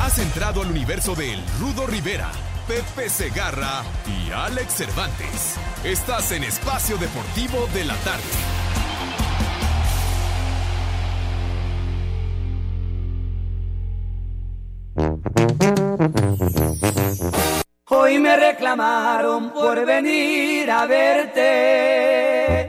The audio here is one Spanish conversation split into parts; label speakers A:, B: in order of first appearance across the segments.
A: Has entrado al universo del Rudo Rivera, Pepe Segarra y Alex Cervantes. Estás en Espacio Deportivo de la Tarde.
B: Oh, Hoy me reclamaron por venir a verte.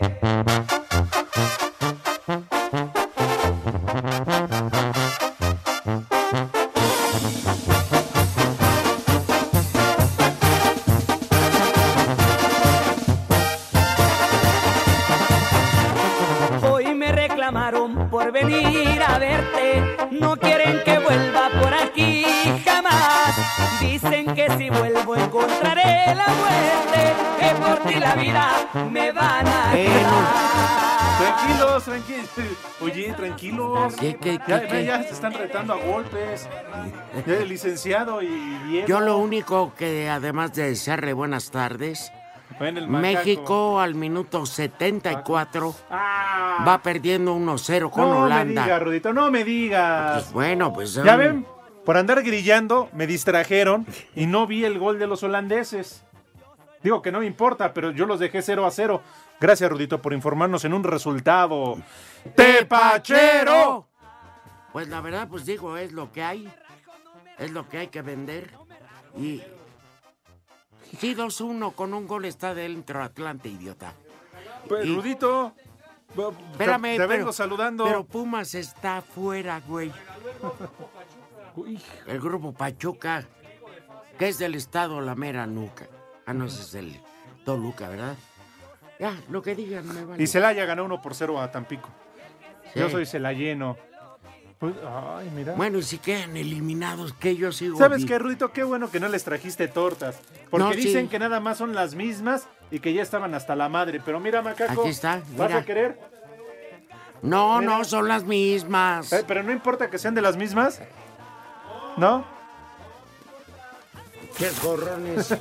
B: Hoy me reclamaron por venir a verte. No quieren que vuelva por aquí jamás. Dicen que si vuelvo encontraré la muerte. Que por ti la vida me van a
C: Eh,
B: quitar.
C: Tranquilos, tranquilos. Oye, tranquilos.
D: ¿Qué, qué,
C: ya,
D: qué,
C: ve,
D: qué?
C: ya se están retando a golpes. Ya el licenciado y Diego.
D: Yo lo único que, además de desearle buenas tardes,
C: Bueno, el macaco.
D: México al minuto 74
C: Ah,
D: va perdiendo 1-0 con
C: no me digas,
D: Holanda.
C: Rudito, no me digas.
D: Pues bueno, pues...
C: Ya
D: um,
C: ven, por andar grillando me distrajeron y no vi el gol de los holandeses. Digo que no me importa, pero yo los dejé 0 a 0. Gracias, Rudito, por informarnos en un resultado. ¡Tepachero!
D: Pues la verdad, pues digo, es lo que hay. Es lo que hay que vender. Y... Sí, 2-1 con un gol está dentro Atlante, idiota.
C: Pues,
D: Y-
C: Rudito, bu-
D: Espérame,
C: te, te vengo
D: pero-
C: saludando.
D: Pero Pumas está afuera, güey.
C: Uy,
D: El grupo Pachuca, que es del estado La Mera Nuca. Ah, no, ese es el Toluca, ¿verdad? Ya, lo que digan me vale.
C: y Celaya ganó 1 por 0 a Tampico.
D: Sí.
C: Yo soy celayeno. Pues, ay, mira.
D: Bueno, y si quedan eliminados, que yo sigo.
C: ¿Sabes
D: vi-
C: qué, Rudito? Qué bueno que no les trajiste tortas. Porque
D: No, sí.
C: dicen que nada más son las mismas y que ya estaban hasta la madre. Pero mira, Macaco.
D: Aquí está,
C: ¿Vas
D: mira.
C: a querer?
D: No,
C: Mira.
D: no, son las mismas.
C: Eh, pero no importa que sean de las mismas. ¿No?
D: ¡Qué gorrones!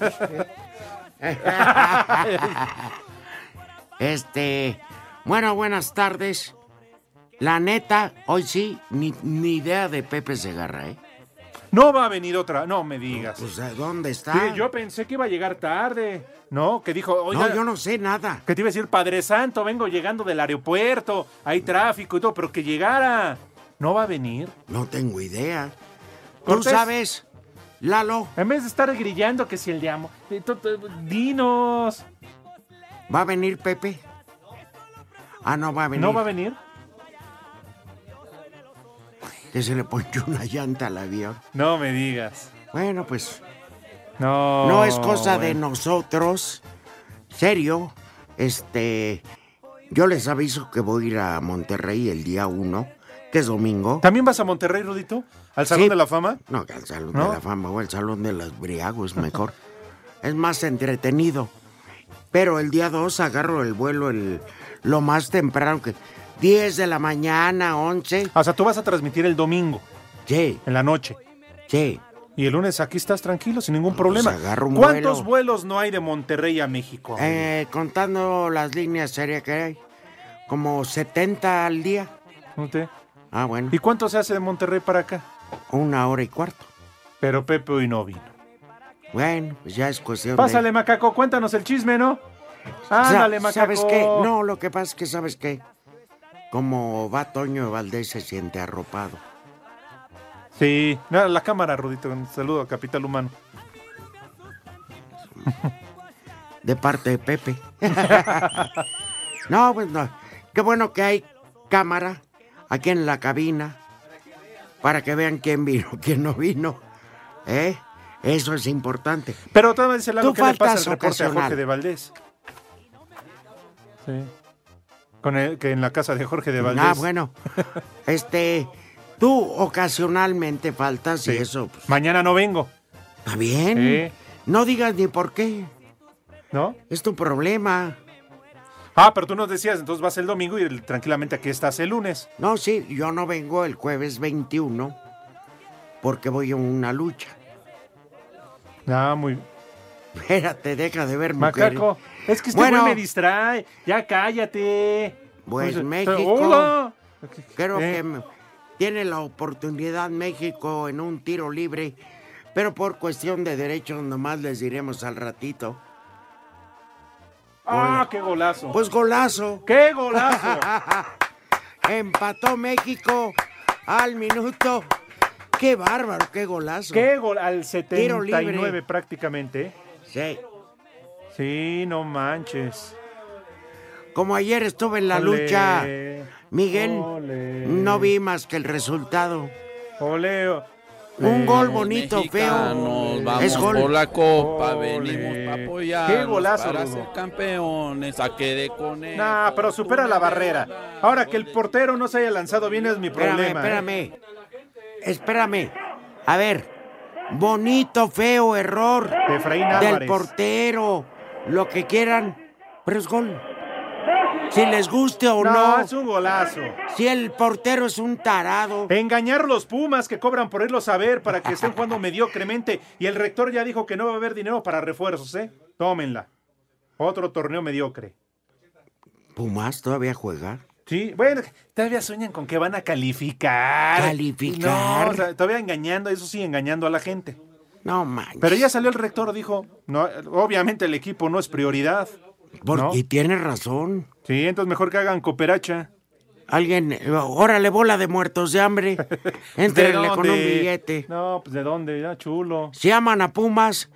D: este. Bueno, buenas tardes. La neta, hoy sí, ni, ni idea de Pepe Segarra, ¿eh?
C: No va a venir otra. No me digas.
D: Pues, ¿a ¿dónde está?
C: Sí, yo pensé que iba a llegar tarde. No, que dijo. Oiga,
D: No, yo no sé nada.
C: Que te iba a decir, Padre Santo, vengo llegando del aeropuerto. Hay tráfico y todo, pero que llegara. No va a venir.
D: No tengo idea. ¿Tú
C: Cortés.
D: sabes, Lalo?
C: En vez de estar grillando, que si el de amo. eh, to- to- Dinos.
D: ¿Va a venir Pepe? Ah, no va a venir.
C: ¿No va a venir?
D: Que se le ponchó una llanta al avión.
C: No me digas.
D: Bueno, pues
C: No.
D: no es cosa de
C: bueno.
D: nosotros. Serio, este... Yo les aviso que voy a ir a Monterrey el día 1, que es domingo.
C: ¿También vas a Monterrey, Rudito? ¿Al Salón
D: Sí.
C: de la Fama?
D: No, que al Salón
C: ¿No?
D: de la Fama o al Salón de los Briagos mejor. es más entretenido. Pero el día 2 agarro el vuelo el, lo más temprano que... 10 de la mañana, 11.
C: O sea, tú vas a transmitir el domingo,
D: Sí,
C: en la noche.
D: sí.
C: Y el lunes aquí estás tranquilo, sin ningún
D: Pues
C: problema.
D: agarro un
C: ¿Cuántos
D: vuelo.
C: vuelos no hay de Monterrey a México?
D: Eh, contando las líneas sería que hay como 70 al día.
C: ¿No te-
D: Ah, bueno,
C: ¿Y cuánto se hace de Monterrey para acá?
D: una hora y cuarto.
C: Pero Pepe hoy no vino.
D: Bueno, pues ya es cuestión
C: Pásale,
D: de...
C: Macaco, cuéntanos el chisme, ¿no?
D: Sa-
C: Ándale, Macaco.
D: ¿Sabes qué? No, lo que pasa es que, ¿sabes qué? Como va Toño Valdés, se siente arropado.
C: Sí, mira la cámara, Rudito. Un saludo a Capital Humano.
D: De parte de Pepe. no, pues no. Qué bueno que hay cámara aquí en la cabina para que vean quién vino, quién no vino. ¿Eh? Eso es importante.
C: Pero todo ese lado
D: Tú
C: que le pasa el
D: faltas
C: reporte a Jorge
D: ocasional.
C: de Valdés. Sí. Con el- que en la casa de Jorge de Valdés.
D: Ah, bueno. Este, tú ocasionalmente faltas y eso pues,
C: Mañana no vengo,
D: está bien.
C: Sí.
D: No digas ni por qué.
C: ¿no?
D: Es tu problema.
C: Ah, pero tú nos decías, entonces vas el domingo y el- tranquilamente aquí estás el lunes.
D: No, sí, yo no vengo el jueves 21 porque voy a una lucha.
C: Ah, muy.
D: Espérate, deja de ver mujeres.
C: Macaco, es que este
D: Bueno.
C: güey me distrae. Ya cállate.
D: Pues,
C: Entonces,
D: México.
C: este, ¡Hola!
D: Creo
C: Eh.
D: que me- tiene la oportunidad México en un tiro libre, pero por cuestión de derechos nomás les diremos al ratito.
C: ¡Ah, qué golazo!
D: Pues golazo.
C: ¡Qué golazo!
D: Empató México al minuto. Qué bárbaro, qué golazo.
C: ¡Qué gol! Al
D: Tiro libre.
C: 79 prácticamente.
D: Sí.
C: Sí, no manches.
D: Como ayer estuve en la
C: Ole.
D: lucha, Miguel,
C: Ole.
D: no vi más que el resultado.
C: Oleo.
D: Un
C: Eh,
D: gol bonito, feo.
E: Eh, Mexicanos, vamos
D: es gol.
E: por la copa,
C: Ole.
E: venimos para apoyar.
C: Qué golazo,
E: para
C: Rudo.
E: ser campeones, a que de conejo.
C: Nah, pero supera la barrera. Ahora que el portero no se haya lanzado bien es mi
D: Espérame,
C: problema. ¿eh?
D: espérame. Espérame. A ver. Bonito, feo, error.
C: De Efraín
D: Del
C: Álvarez.
D: portero. Lo que quieran. Pero es gol. Si les guste o
C: No,
D: no.
C: es un golazo.
D: Si el portero es un tarado.
C: Engañar los Pumas que cobran por irlos a ver para que estén jugando mediocremente. Y el rector ya dijo que no va a haber dinero para refuerzos, ¿eh? Tómenla. Otro torneo mediocre.
D: Pumas todavía juega.
C: Sí, bueno, todavía sueñan con que van a calificar.
D: Calificar.
C: No, o sea, todavía engañando, eso sí, engañando a la gente.
D: No manches.
C: Pero ya salió el rector, dijo, no, obviamente el equipo no es prioridad.
D: Por-
C: ¿no?
D: Y tienes razón.
C: Sí, entonces mejor que hagan cooperacha.
D: Alguien, eh, órale, bola de muertos de hambre.
C: ¿De
D: Éntrenle con un
C: dónde?
D: billete.
C: No, pues de dónde, ya chulo.
D: Si aman a Pumas,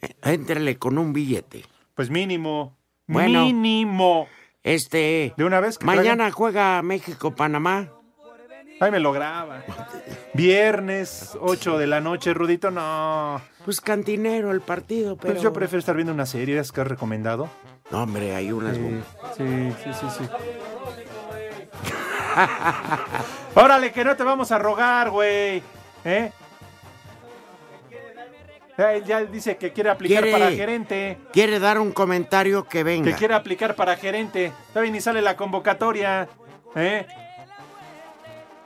D: eh, éntrenle con un billete.
C: Pues mínimo.
D: Bueno.
C: Mínimo.
D: Este.
C: De una vez que
D: Mañana juega México-Panamá.
C: traigan- Ay, me lo graba. Viernes, 8 de la noche, Rudito, no.
D: Pues cantinero el partido, pero.
C: Pues yo prefiero estar viendo una serie, es que has recomendado.
D: No, hombre, hay unas.
C: Sí,
D: bu-
C: sí, sí, sí, sí. Órale, que no te vamos a rogar, güey. ¿Eh? Ya, ya dice que quiere aplicar
D: Quiere-
C: para gerente.
D: Quiere dar un comentario que venga.
C: Que quiere aplicar para gerente. Todavía ni sale la convocatoria. ¿Eh?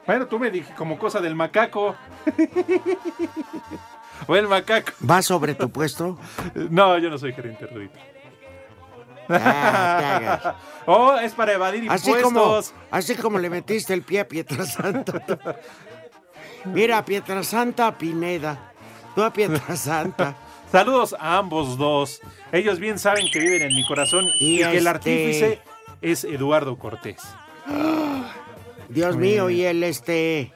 C: Bueno, tú me dije como cosa del macaco. o el macaco.
D: ¿Va sobre tu puesto?
C: No, yo no soy gerente, Rudito.
D: Ah, te hagas.
C: oh, es para evadir
D: Así como,
C: impuestos.
D: así como le metiste el pie a Pietrasanta. Mira, Pietrasanta Pineda. Tú a Pietrasanta.
C: Saludos a ambos dos. Ellos bien saben que viven en mi corazón y,
D: Y
C: que el
D: este-
C: artífice es Eduardo Cortés.
D: Dios mío, y el este.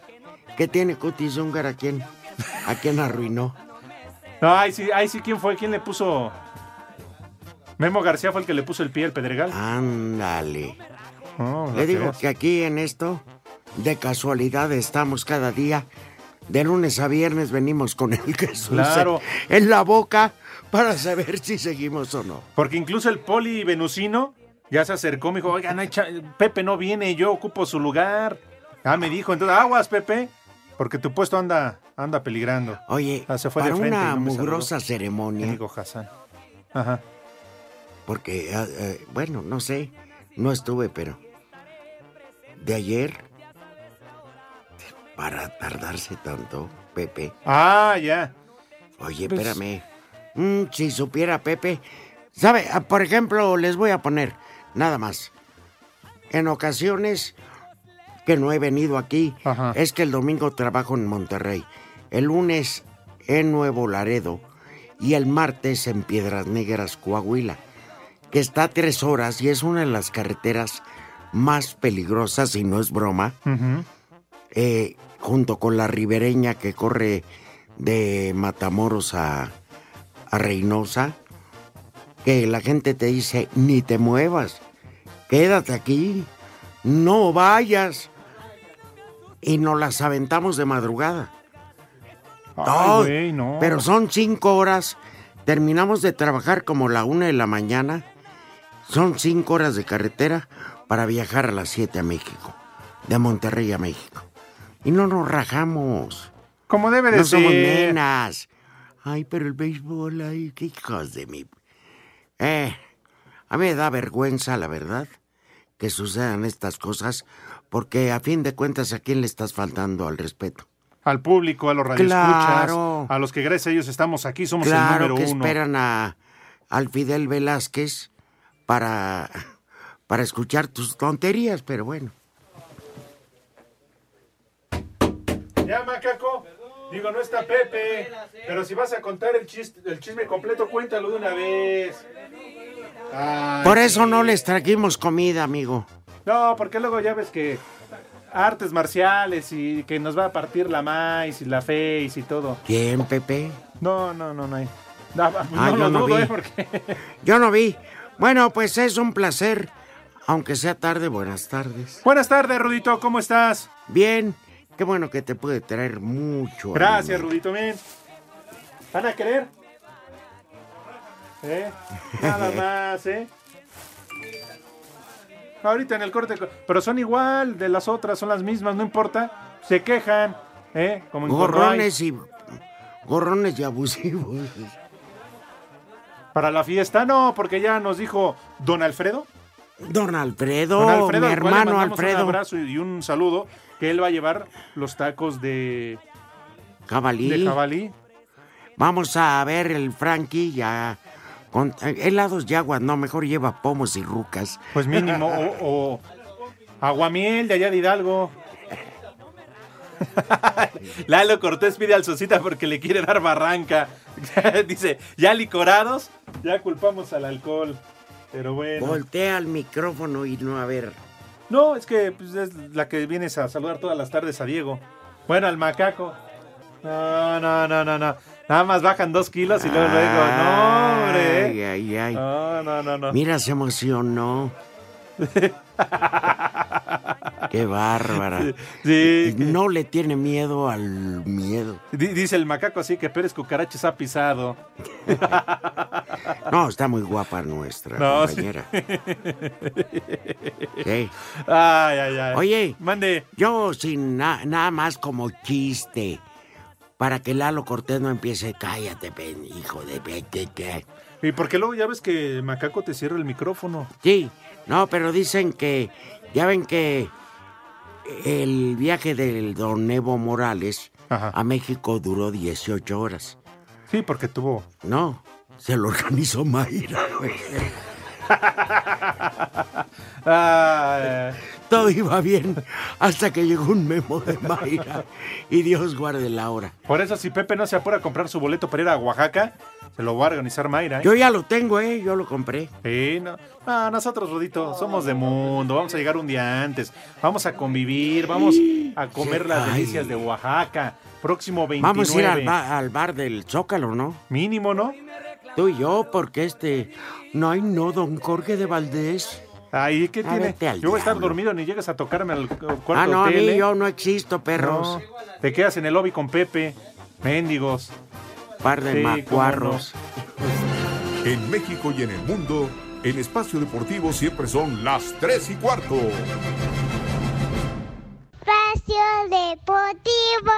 D: ¿Qué tiene Cutis Zúngara? ¿A quién? ¿A quién arruinó?
C: No, ay, sí, ay, sí, ¿quién fue? ¿Quién le puso? Memo García fue el que le puso el pie al Pedregal.
D: Ah. Ándale.
C: No,
D: Le
C: la
D: digo
C: veas.
D: que aquí en esto, de casualidad, estamos cada día. De lunes a viernes venimos con el Jesús
C: Claro.
D: en, en la boca para saber si seguimos o no.
C: Porque incluso el poli venusino ya se acercó, me dijo, oigan, ay, cha- Pepe no viene, yo ocupo su lugar. Ah, me dijo, entonces, aguas, Pepe, porque tu puesto anda, anda peligrando.
D: Oye,
C: Ah, se fue de
D: para
C: frente y
D: una
C: no me saludó.
D: mugrosa ceremonia,
C: Me dijo Hassan. Ajá.
D: porque, ah, eh, bueno, no sé, no estuve, pero de ayer, para tardarse tanto, Pepe,
C: Ah, ya.
D: oye,
C: Pues-
D: espérame, Mm, si supiera Pepe, ¿sabe? Ah, Por ejemplo, les voy a poner, nada más, en ocasiones que no he venido aquí,
C: Ajá.
D: es que el domingo trabajo en Monterrey, el lunes en Nuevo Laredo y el martes en Piedras Negras, Coahuila, que está a tres horas y es una de las carreteras más peligrosas, y no es broma,
C: Ujú.
D: eh, junto con la ribereña que corre de Matamoros a, a Reynosa, que la gente te dice, ni te muevas, quédate aquí, no vayas. Y nos las aventamos de madrugada.
C: Ay,
D: No,
C: güey, no.
D: Pero son cinco horas. Terminamos de trabajar como la una de la mañana. Son cinco horas de carretera para viajar a las siete a México. De Monterrey a México. Y no nos rajamos.
C: Como debe de
D: No somos
C: ser.
D: nenas. Ay, pero el béisbol, ay, qué hijos de mi... Eh, a mí me da vergüenza, la verdad, que sucedan estas cosas, porque a fin de cuentas, ¿a quién le estás faltando al respeto?
C: Al público, a los radioescuchas,
D: Claro.
C: a los que gracias a ellos estamos aquí, somos el
D: claro
C: número
D: que
C: uno.
D: esperan a, al Fidel Velázquez para, para escuchar tus tonterías, pero bueno.
C: Ya, macaco. Digo, no está Pepe. Pero si vas a contar el, chis- el chisme completo, cuéntalo de una vez. Ay,
D: Por eso no les trajimos comida, amigo.
C: No, porque luego ya ves que artes marciales y que nos va a partir la maíz y la face y todo.
D: ¿Quién, Pepe?
C: No, no, no, no hay. No, pues no
D: Ah, yo
C: lo
D: no
C: dudo,
D: vi.
C: ¿eh? Porque...
D: Yo no vi. Bueno, pues es un placer. Aunque sea tarde, buenas tardes.
C: Buenas tardes, Rudito, ¿cómo estás?
D: Bien. Qué bueno que te puede traer mucho.
C: Gracias,
D: ánimo.
C: Rudito, miren. ¿Van a querer? ¿Eh? Nada más, ¿eh? Ahorita en el corte. Pero son igual de las otras, son las mismas, no importa. Se quejan, ¿eh? Como en Corray.
D: Gorrones y. Gorrones y abusivos.
C: Para la fiesta, no, porque ya nos dijo Don Alfredo.
D: Don Alfredo,
C: Don Alfredo,
D: mi
C: al cual le
D: hermano
C: mandamos Un
D: Alfredo.
C: abrazo y un saludo, que él va a llevar los tacos de,
D: Cabalí.
C: de jabalí.
D: Vamos a ver el Frankie ya. Con, eh, helados y aguas, no, mejor lleva pomos y rucas.
C: Pues mínimo, o, o aguamiel de allá de Hidalgo. Lalo Cortés pide al Sosita porque le quiere dar barranca. Dice, ya licorados, ya culpamos al alcohol. Pero bueno.
D: Voltea al micrófono y no a ver.
C: No, es que pues, es la que vienes a saludar todas las tardes a Diego. Bueno, al macaco. No, no, no, no, no. Nada más bajan dos kilos y luego, luego. No, hombre.
D: Ay,
C: ¿eh?
D: ay, ay.
C: No, no, no, no.
D: Mira, se emocionó. Qué bárbara.
C: Sí,
D: No le tiene miedo al miedo.
C: di- dice el macaco así que Pérez Cucaraches ha pisado.
D: No, está muy guapa nuestra
C: No, sí.
D: compañera. Sí.
C: Ay, ay, ay.
D: Oye,
C: Mande.
D: yo sin na- nada más como chiste, para que Lalo Cortés no empiece, cállate, pen, hijo de pe- que- que".
C: ¿Y por qué luego ya ves que el macaco te cierra el micrófono?
D: Sí, no, pero dicen que, ya ven que el viaje del don Evo Morales
C: Ajá.
D: a México duró 18 horas.
C: Sí, porque tuvo.
D: No, se lo organizó Mayra, güey.
C: Ay, ay.
D: Todo iba bien hasta que llegó un memo de Mayra. Y Dios guarde la hora.
C: Por eso, si Pepe no se apura a comprar su boleto para ir a Oaxaca, se lo va a organizar Mayra. ¿eh?
D: Yo ya lo tengo, ¿eh? Yo lo compré.
C: Sí, no. No, nosotros, Rodito, somos de mundo. Vamos a llegar un día antes. Vamos a convivir. Vamos a comer las
D: Ay.
C: delicias de Oaxaca. Próximo 29.
D: Vamos a ir al, ba- al bar del Zócalo, ¿no?
C: Mínimo, ¿no?
D: Tú y yo, porque este... No, ay, no, don Jorge de Valdés.
C: Ay, ¿qué
D: Ah,
C: tiene?
D: vete al
C: Yo voy a estar
D: diablo.
C: dormido, ni llegas a tocarme al cu- cuarto
D: Ah, no, a
C: hotel,
D: mí
C: ¿eh?
D: yo no existo, perros.
C: No, Te quedas en el lobby con Pepe. Mendigos.
D: Par de
C: Sí, cómo
D: macuarros.
F: En México y en el mundo, en espacio deportivo siempre son las 3 y cuarto.
G: Espacio Deportivo.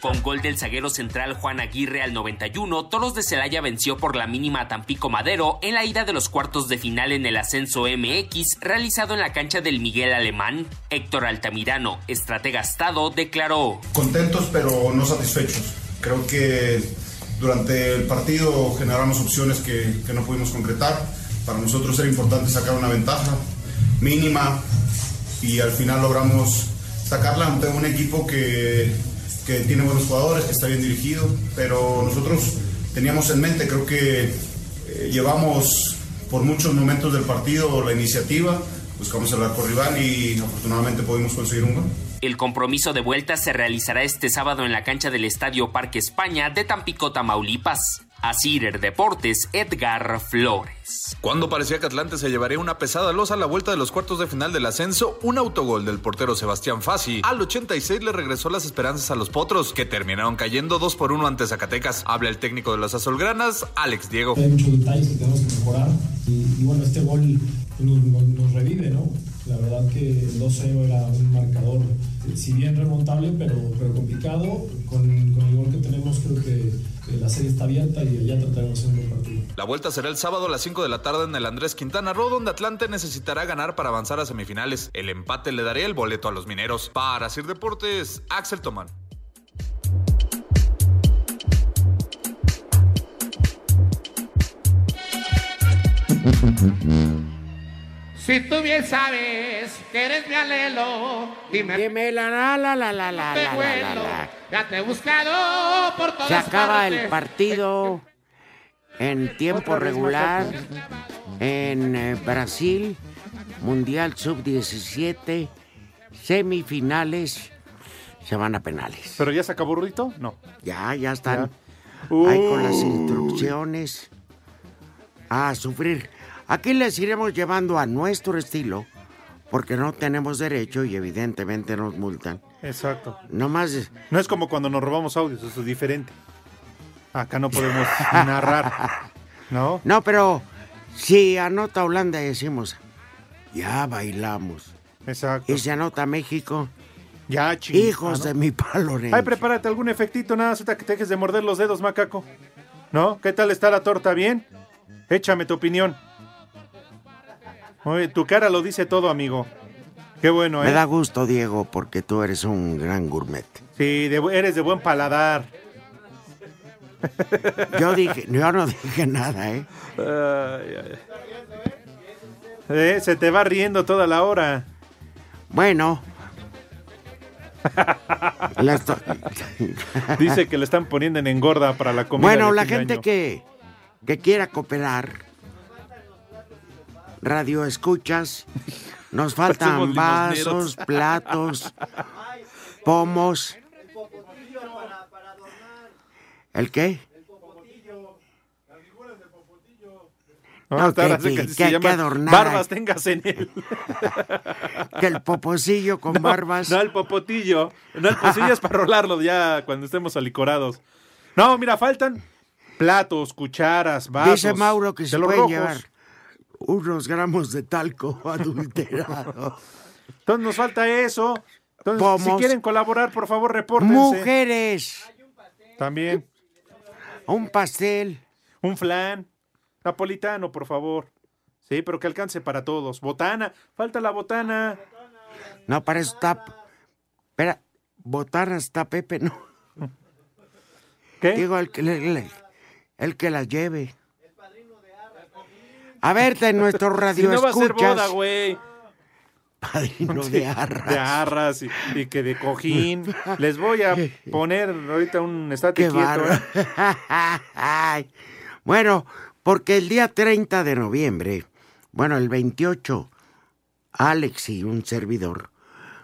H: Con gol del zaguero central Juan Aguirre al 91, Toros de Celaya venció por la mínima a Tampico Madero en la ida de los cuartos de final en el ascenso MX realizado en la cancha del Miguel Alemán. Héctor Altamirano, estratega estado, declaró.
I: Contentos pero no satisfechos. Creo que durante el partido generamos opciones que, que no pudimos concretar. Para nosotros era importante sacar una ventaja mínima y al final logramos sacarla ante un equipo que, que tiene buenos jugadores, que está bien dirigido, pero nosotros teníamos en mente, creo que eh, llevamos por muchos momentos del partido la iniciativa, buscamos el arco rival y afortunadamente pudimos conseguir un gol.
H: El compromiso de vuelta se realizará este sábado en la cancha del Estadio Parque España de Tampico, Tamaulipas. Asirer Deportes, Edgar Flores.
J: Cuando parecía que Atlante se llevaría una pesada losa a la vuelta de los cuartos de final del ascenso, un autogol del portero Sebastián Fassi al 86 le regresó las esperanzas a los potros, que terminaron cayendo 2 por 1 ante Zacatecas. Habla el técnico de los azulgranas, Alex Diego.
K: Hay muchos detalles que tenemos que mejorar y, y bueno, este gol nos, nos- nos revive, ¿no? La verdad que el 2-0 era un marcador, eh, si bien remontable, pero, pero complicado. Con, con el gol que tenemos creo que eh, la serie está abierta y allá trataremos de hacer un buen partido.
J: La vuelta será el sábado a las 5 de la tarde en el Andrés Quintana Roo, donde Atlante necesitará ganar para avanzar a semifinales. El empate le daría el boleto a los mineros. Para Sir Deportes, Axel Tomán.
L: Si tú bien sabes que eres mi alelo, dime.
D: Dime la la la la la la
L: te
D: la, la,
L: vuelo,
D: la.
L: ya te he buscado por todas
D: Se acaba el
L: partes.
D: partido en tiempo regular en eh, Brasil, Mundial Sub-17, semifinales, se van a penales.
C: ¿Pero ya se acabó Rudito? No.
D: Ya, ya están ahí con las instrucciones a sufrir. Aquí les iremos llevando a nuestro estilo, porque no tenemos derecho y evidentemente nos multan.
C: Exacto.
D: No más.
C: No es como cuando nos robamos audios, eso es diferente. Acá no podemos narrar. ¿No?
D: No, pero si anota Holanda decimos, ya bailamos.
C: Exacto.
D: Y si anota México,
C: ya ah,
D: Hijos de mi palo,
C: Ay, prepárate algún efectito, nada, suelta que te dejes de morder los dedos, macaco. ¿No? ¿Qué tal está la torta? ¿Bien? Échame tu opinión. Oye, tu cara lo dice todo, amigo. Qué bueno,
D: Me
C: ¿eh?
D: da gusto, Diego, porque tú eres un gran gourmet.
C: Sí, de bu- eres de buen paladar.
D: Yo dije, yo no dije nada, ¿eh?
C: Ay, ay. Eh, se te va riendo toda la hora.
D: Bueno. La esto-
C: Dice que le están poniendo en engorda para la comida.
D: bueno,
C: de
D: la
C: fin de
D: gente
C: año.
D: que, que quiera cooperar, radio escuchas, nos faltan
C: Somos
D: vasos,
C: limosneros.
D: platos, pomos. ¿El qué?
C: No,
D: No,
C: hasta
D: que-
C: Ah, ahora sé
D: que-
C: así
D: que hay que
C: llama.
D: adornar.
C: Barbas tengas en él.
D: Que el poposillo con
C: No,
D: barbas.
C: No, el popotillo. No, el popotillo es para rolarlo ya cuando estemos alicorados. No, mira, faltan platos, cucharas, vasos.
D: Dice Mauro que
C: de
D: se
C: los
D: pueden
C: rojos.
D: llevar unos gramos de talco adulterado.
C: Entonces nos falta eso. Entonces, si
D: Pomos.
C: quieren colaborar, por favor, repórtense.
D: Mujeres,
C: También.
D: un pastel.
C: Un flan. Napolitano, por favor. Sí, pero que alcance para todos. Botana. Falta la botana.
D: No, para eso está. Espera, botanas está Pepe, ¿no?
C: ¿Qué?
D: Digo, el que, le- le- el que las lleve. A ver, de nuestro
C: Si
D: radio
C: no va a ser
D: escuchas.
C: boda, güey.
D: Padrino
C: Sí,
D: de arras.
C: de arras y, y que de cojín. Les voy a poner ahorita un estate
D: Qué
C: quieto.
D: bárbaro.
C: ¿eh?
D: Ay. bueno, porque el día 30 de noviembre, bueno, el 28, Alex y un servidor,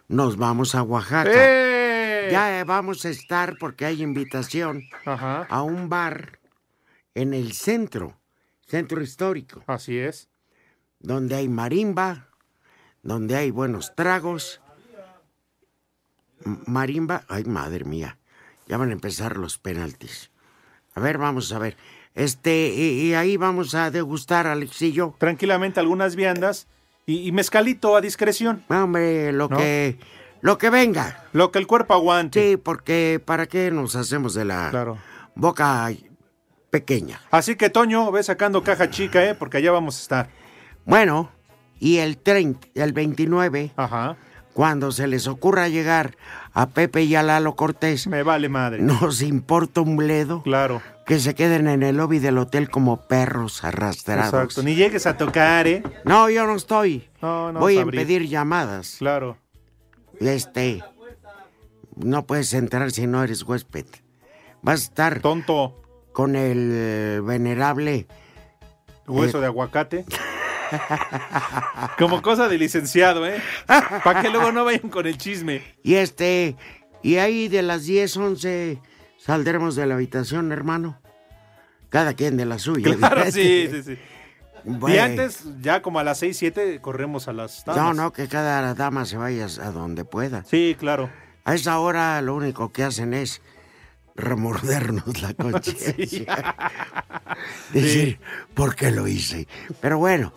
D: nos vamos a Oaxaca. Ya eh, vamos a estar porque hay invitación a un bar en el centro, centro histórico.
C: Así es.
D: Donde hay marimba, donde hay buenos tragos. M- Marimba, ay madre mía, ya van a empezar los penaltis. A ver, vamos a ver. Este, y, y ahí vamos a degustar, Alexillo.
C: Tranquilamente algunas viandas y, y mezcalito a discreción.
D: Ah, Hombre, lo que lo que venga.
C: Lo que el cuerpo aguante.
D: Sí, porque ¿para qué nos hacemos de la boca pequeña?
C: Así que Toño, ve sacando caja chica, ¿eh? Porque allá vamos a estar.
D: Bueno, y el 30, el 29, cuando se les ocurra llegar a Pepe y a Lalo Cortés,
C: me vale madre.
D: Nos importa un bledo.
C: Claro.
D: Que se queden en el lobby del hotel como perros arrastrados.
C: Exacto. Ni llegues a tocar, ¿eh?
D: No, yo no estoy.
C: No, no
D: Voy a
C: abrir.
D: impedir llamadas.
C: Claro.
D: Este. No puedes entrar si no eres huésped. Vas a estar.
C: Tonto.
D: Con el venerable.
C: Hueso
D: eh,
C: de aguacate. Como cosa de licenciado, ¿eh? Para que luego no vayan con el chisme.
D: Y este, y ahí de las 10, 11 saldremos de la habitación, hermano. Cada quien de la suya.
C: Claro, sí,
D: evidente.
C: sí, sí.
D: Güey.
C: Y antes, ya como a las 6, 7, corremos a las
D: No,
C: tablas.
D: no, que cada dama se vaya a donde pueda.
C: Sí, claro.
D: A esa hora lo único que hacen es remordernos la conciencia. Decir, ¿por qué lo hice? Pero bueno,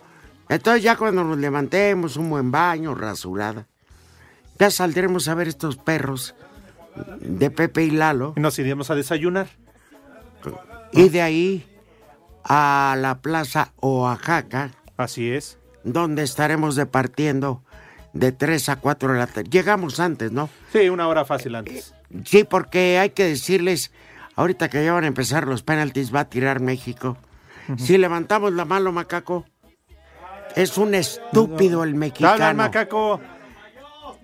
D: entonces ya cuando nos levantemos, un buen baño, rasurada, ya saldremos a ver estos perros de Pepe y Lalo.
C: Y nos iríamos a desayunar.
D: Y de ahí a la Plaza Oaxaca.
C: Así es.
D: Donde estaremos departiendo de 3 a 4 de la tarde. Llegamos antes, ¿no?
C: Sí, una hora fácil antes.
D: Sí, porque hay que decirles, ahorita que ya van a empezar los penaltis, va a tirar México. Si levantamos la mano, macaco, es un estúpido el mexicano.
C: Dale al macaco.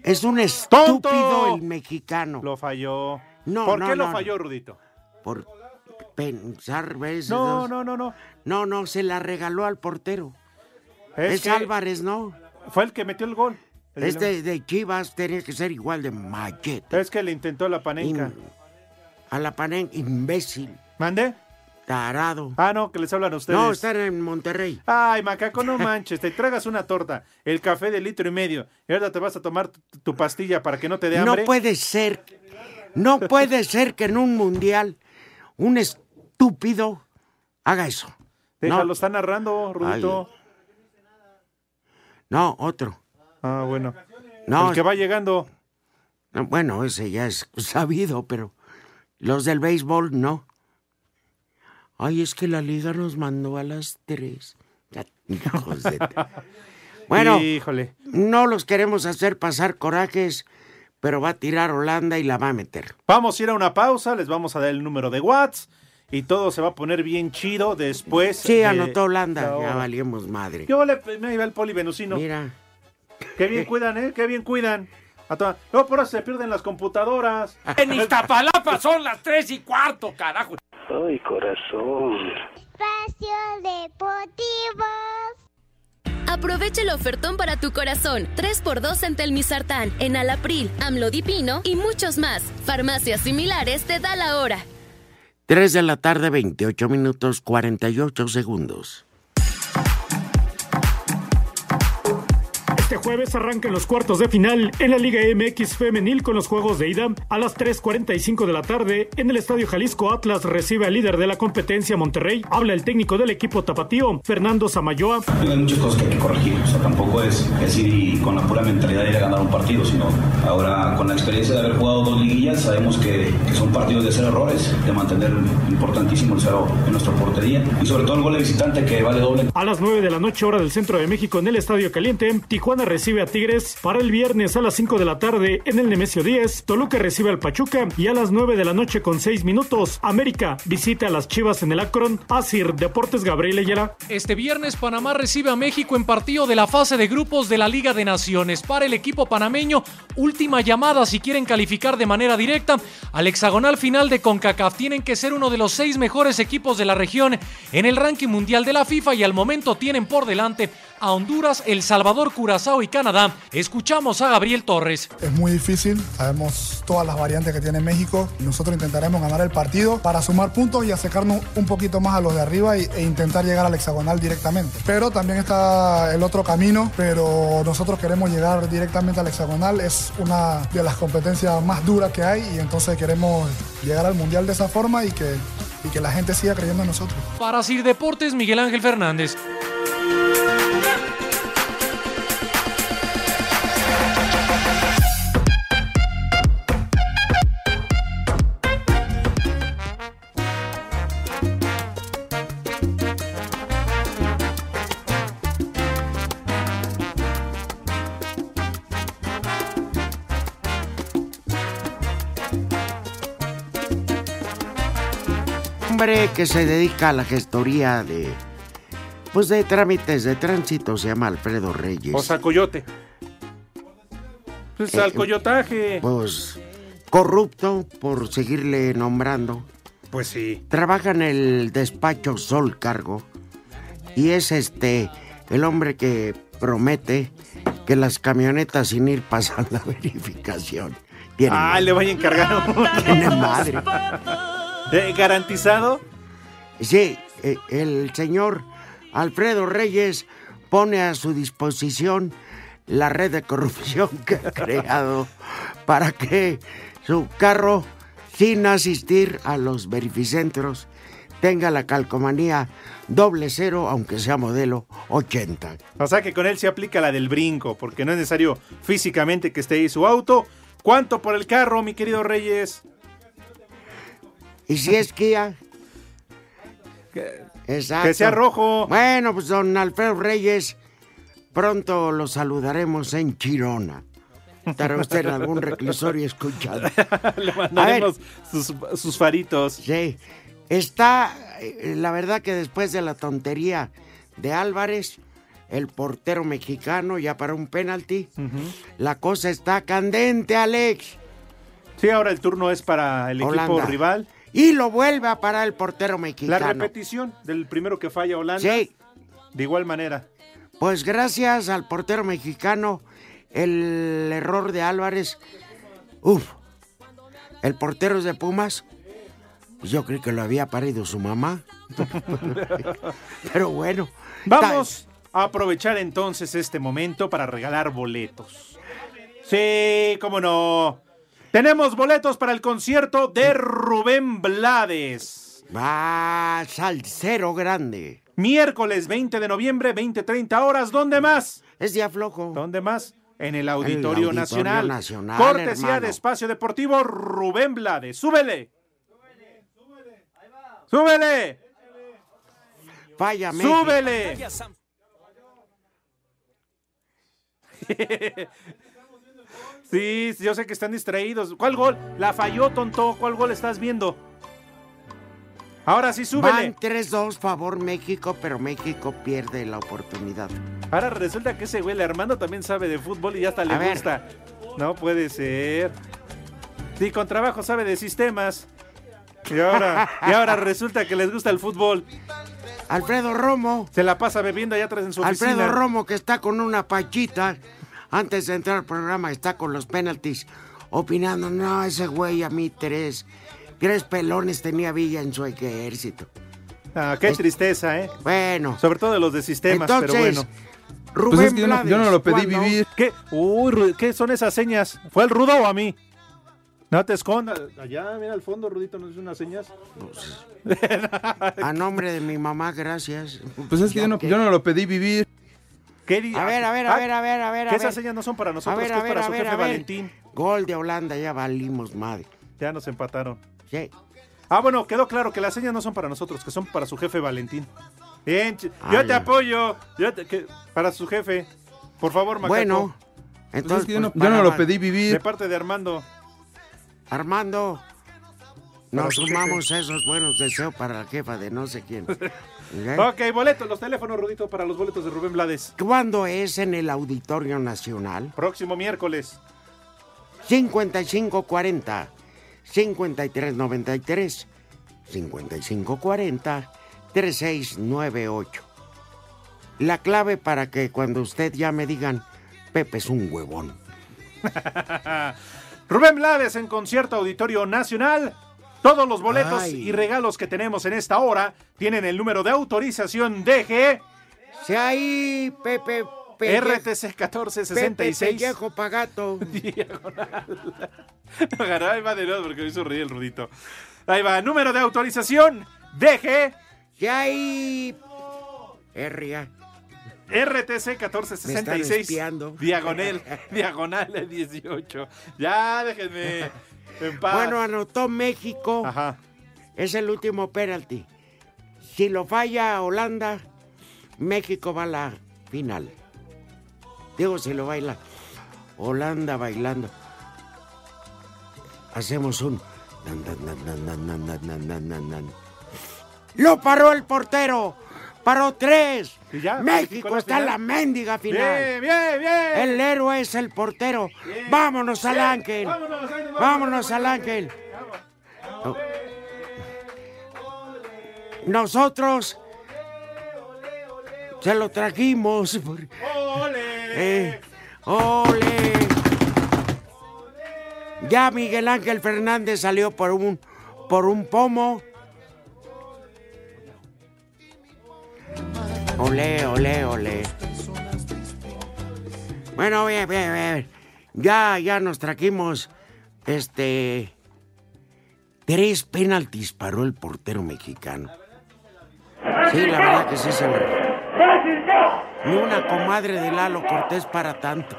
D: Es un estúpido
C: ¡Tonto!
D: el mexicano.
C: Lo falló.
D: No,
C: ¿Por
D: no,
C: qué lo
D: no.
C: falló, Rudito?
D: Por pensar veces.
C: No,
D: dos.
C: no, no, no.
D: No, no, se la regaló al portero.
C: Es
D: Es,
C: que-
D: Álvarez, ¿no?
C: Fue el que metió el gol. El
D: Este de Chivas tenía que ser igual de machete.
C: Es que le intentó la panenca.
D: In- a la panenca, imbécil.
C: ¿Mande?
D: Tarado.
C: Ah, no, que les hablan a ustedes.
D: No, están en Monterrey.
C: Ay, macaco, no manches, te tragas una torta, el café de litro y medio, y ahora te vas a tomar tu, tu pastilla para que no te dé
D: No
C: hambre.
D: puede ser, no puede ser que en un mundial un estúpido haga eso.
C: Déjalo,
D: No.
C: está narrando, Rudito.
D: No, otro.
C: Ah, bueno.
D: No,
C: El que va llegando.
D: no, bueno, ese ya es sabido, pero los del béisbol no. Ay, es que la liga nos mandó a las tres. Ya, hijos de- Bueno,
C: Híjole.
D: no los queremos hacer pasar corajes, pero va a tirar Holanda y la va a meter.
C: Vamos a ir a una pausa, les vamos a dar el número de Watts y todo se va a poner bien chido
M: Pues,
C: después.
D: Sí,
M: eh,
C: de-
D: anotó
C: la
D: Holanda,
C: hora.
D: ya valimos madre.
C: Yo le me iba el polivenucino.
D: Mira.
C: Qué bien cuidan, ¿eh? Qué bien cuidan. A toda- Luego por eso se pierden las computadoras.
M: En Iztapalapa son las tres y cuarto, carajo.
N: Ay, corazón.
G: Espacio Deportivo.
O: Aprovecha el ofertón para tu corazón. 3x2 en Telmisartán, en Alapril, Amlodipino y muchos más. Farmacias similares te da la hora.
D: 3 de la tarde, 28 minutos 48 segundos.
P: Este jueves arrancan los cuartos de final en la Liga MX femenil con los juegos de ida a las 3:45 de la tarde en el Estadio Jalisco Atlas recibe al líder de la competencia Monterrey. Habla el técnico del equipo tapatío Fernando Samayoa.
Q: Hay muchas cosas que hay que corregir, o sea, tampoco es, es ir y con la pura mentalidad de ir a ganar un partido, sino ahora con la experiencia de haber jugado dos liguillas sabemos que, que son partidos de hacer errores, de mantener importantísimo el cero en nuestra portería y sobre todo el gol de visitante que vale doble.
P: A las 9 de la noche hora del centro de México en el Estadio Caliente, Tijuana recibe a Tigres para el viernes a las 5 de la tarde en el Nemesio 10, Toluca recibe al Pachuca y a las 9 de la noche con 6 minutos, América visita a las Chivas en el Akron, Asir Deportes Gabriel Ayala.
R: Este viernes Panamá recibe a México en partido de la fase de grupos de la Liga de Naciones. Para el equipo panameño, última llamada si quieren calificar de manera directa al hexagonal final de CONCACAF. Tienen que ser uno de los seis mejores equipos de la región en el ranking mundial de la FIFA y al momento tienen por delante a Honduras, El Salvador, Curazao y Canadá. Escuchamos a Gabriel Torres.
S: Es muy difícil, sabemos todas las variantes que tiene México. Nosotros intentaremos ganar el partido para sumar puntos y acercarnos un poquito más a los de arriba y- e intentar llegar al hexagonal directamente. Pero también está el otro camino, pero nosotros queremos llegar directamente al hexagonal. Es una de las competencias más duras que hay y entonces queremos llegar al Mundial de esa forma y que, y que la gente siga creyendo en nosotros.
R: Para Sir Deportes, Miguel Ángel Fernández.
D: Hombre que se dedica a la gestoría de. Pues de trámites de tránsito, se llama Alfredo Reyes.
C: O sea, coyote. Pues
M: pues,
D: Eh,
C: al coyotaje.
D: Pues corrupto por seguirle nombrando.
C: Pues sí.
D: Trabaja en el despacho Sol Cargo y es este el hombre que promete que las camionetas sin ir pasan la verificación. Tienen
C: Ah, le voy a encargar un-
D: Tiene madre.
C: Eh, ¿Garantizado?
D: Sí, eh, el señor Alfredo Reyes pone a su disposición la red de corrupción que ha creado para que su carro, sin asistir a los verificentros, tenga la calcomanía doble cero, aunque sea modelo 80.
C: O sea que con él se aplica la del brinco, porque no es necesario físicamente que esté ahí su auto. ¿Cuánto por el carro, mi querido Reyes?
D: ¿Y si es Kia? Exacto.
C: que sea rojo.
D: Bueno, pues don Alfredo Reyes, pronto lo saludaremos en Chirona. Estará usted en algún reclusorio escuchando.
C: Le
D: mandaremos
C: sus, faritos.
D: Sí. Está, eh, la verdad que después de la tontería de Álvarez, el portero mexicano ya para un penalti, la cosa está candente, Alex.
C: Sí, ahora el turno es para el equipo
D: Holanda.
C: rival.
D: Y lo vuelve a parar el portero
C: La
D: mexicano.
C: repetición del primero que falla Holanda.
D: Sí.
C: De igual manera.
D: Pues gracias al portero mexicano, el error de Álvarez. Uf, el portero es de Pumas. Pues Yo creo que lo había parido su mamá. Pero bueno.
C: Vamos a aprovechar entonces este momento para regalar boletos. Sí, cómo no. Tenemos boletos para el concierto de Rubén Blades.
D: Va, salsero grande.
C: Miércoles 20 de noviembre, 20-30 horas. ¿Dónde más?
D: Es día flojo.
C: ¿Dónde más? En el
D: Auditorio
C: Auditorio, Nacional.
D: Nacional,
C: Cortesía
D: hermano.
C: de Espacio Deportivo, Rubén Blades. ¡Súbele! ¡Súbele!
D: Vaya, México.
C: ¡Súbele! Sí, yo sé que están distraídos. ¿Cuál gol? La falló, tonto. ¿Cuál gol estás viendo? Ahora sí, súbele.
D: Van 3-2 favor México, pero México pierde la oportunidad.
C: Ahora resulta que ese güey, el Armando, también sabe de fútbol y hasta le
D: A ver.
C: gusta. No puede ser. Sí, con trabajo sabe de sistemas. Y ahora, y ahora resulta que les gusta el fútbol.
D: Alfredo Romo.
C: Se la pasa bebiendo allá atrás en su oficina.
D: Alfredo Romo, que está con una pachita, antes de entrar al programa, está con los penaltis, opinando, no, ese güey a mí tres, tres pelones tenía Villa en su ejército.
C: Ah, qué tristeza, ¿eh?
D: Bueno.
C: Sobre todo de los de sistemas, pero
D: Entonces,
C: bueno.
D: Rubén Pues es que yo no- Blades, yo no lo pedí
C: ¿cuándo?
D: vivir.
C: ¿Qué? Uy, Ru- ¿qué son esas señas? ¿Fue el rudo o a mí? No te escondas. Allá, mira al fondo, Rudito, nos hizo unas señas.
D: a nombre de mi mamá, gracias.
T: Pues es que yo no, yo no lo pedí vivir.
D: A ver, a ver,
C: Ah.
D: a ver, a ver, a ver.
C: Que
D: a ver.
C: esas señas no son para nosotros,
D: A ver,
C: que
D: a
C: es
D: ver,
C: para
D: a
C: su
D: ver,
C: jefe
D: a ver.
C: Valentín.
D: Gol de Holanda, ya valimos madre.
C: Ya nos empataron.
D: Sí.
C: Ah, bueno, quedó claro que las señas no son para nosotros, que son para su jefe Valentín. Bien, ch- yo
D: Ala.
C: te apoyo. Yo te- que- para su jefe. Por favor, Macaco.
D: Bueno, entonces,
C: yo no-
D: pues,
T: yo no lo
D: para-
T: pedí vivir.
C: De parte de Armando.
D: Armando,
C: Para
D: nos
C: su
D: sumamos esos buenos deseos para la jefa de no sé quién. ¿Eh? ¿Ok?
C: Ok, boletos, los teléfonos, Rudito, para los boletos de Rubén Blades.
D: ¿Cuándo es en el Auditorio Nacional?
C: Próximo miércoles.
D: 5540 5393 5540 3698. La clave para que cuando usted ya me digan, Pepe es un huevón.
C: Rubén Blades en concierto Auditorio Nacional. Todos los boletos
D: Ay.
C: y regalos que tenemos en esta hora tienen el número de autorización DG
D: Si ahí, Pepe, Pepe
C: RTC 1466.
D: Pepe Pellejo Pagato.
C: Agarra, ahí va de nuevo porque me hizo reír el rudito. Ahí va, número de autorización DG
D: Si ahí, Herria.
C: RTC
D: Me están
C: 1466.
D: espiando.
C: Diagonal, diagonal 18. Ya, déjenme en paz.
D: Bueno, anotó México. Es el último penalti. Si lo falla Holanda, México va a la final. Digo, si lo baila. Holanda bailando. Hacemos un. nan, nan, nan, nan, nan, nan, nan, nan, nan, nan, nan. ¡Lo paró el portero! ¡Paró tres!
C: Y ya, México en
D: ¡México
C: la
D: está en la
C: final.
D: mendiga
C: Bien,
D: final!
C: bien, bien.
D: El héroe es el portero. ¡Vámonos al Ángel!
C: Vámonos, Ángel,
D: ¡Vámonos al Ángel! Nosotros Se lo trajimos. ¡Ole! ¡Ole! Ya Miguel Ángel Fernández salió por un, por un pomo. Ole, ole, ole. Bueno, bien, bien, bien. Ya, ya nos trajimos este. Tres penaltis paró el portero mexicano. Sí, la verdad que sí se lo. Ni una comadre de Lalo Cortés para tanto.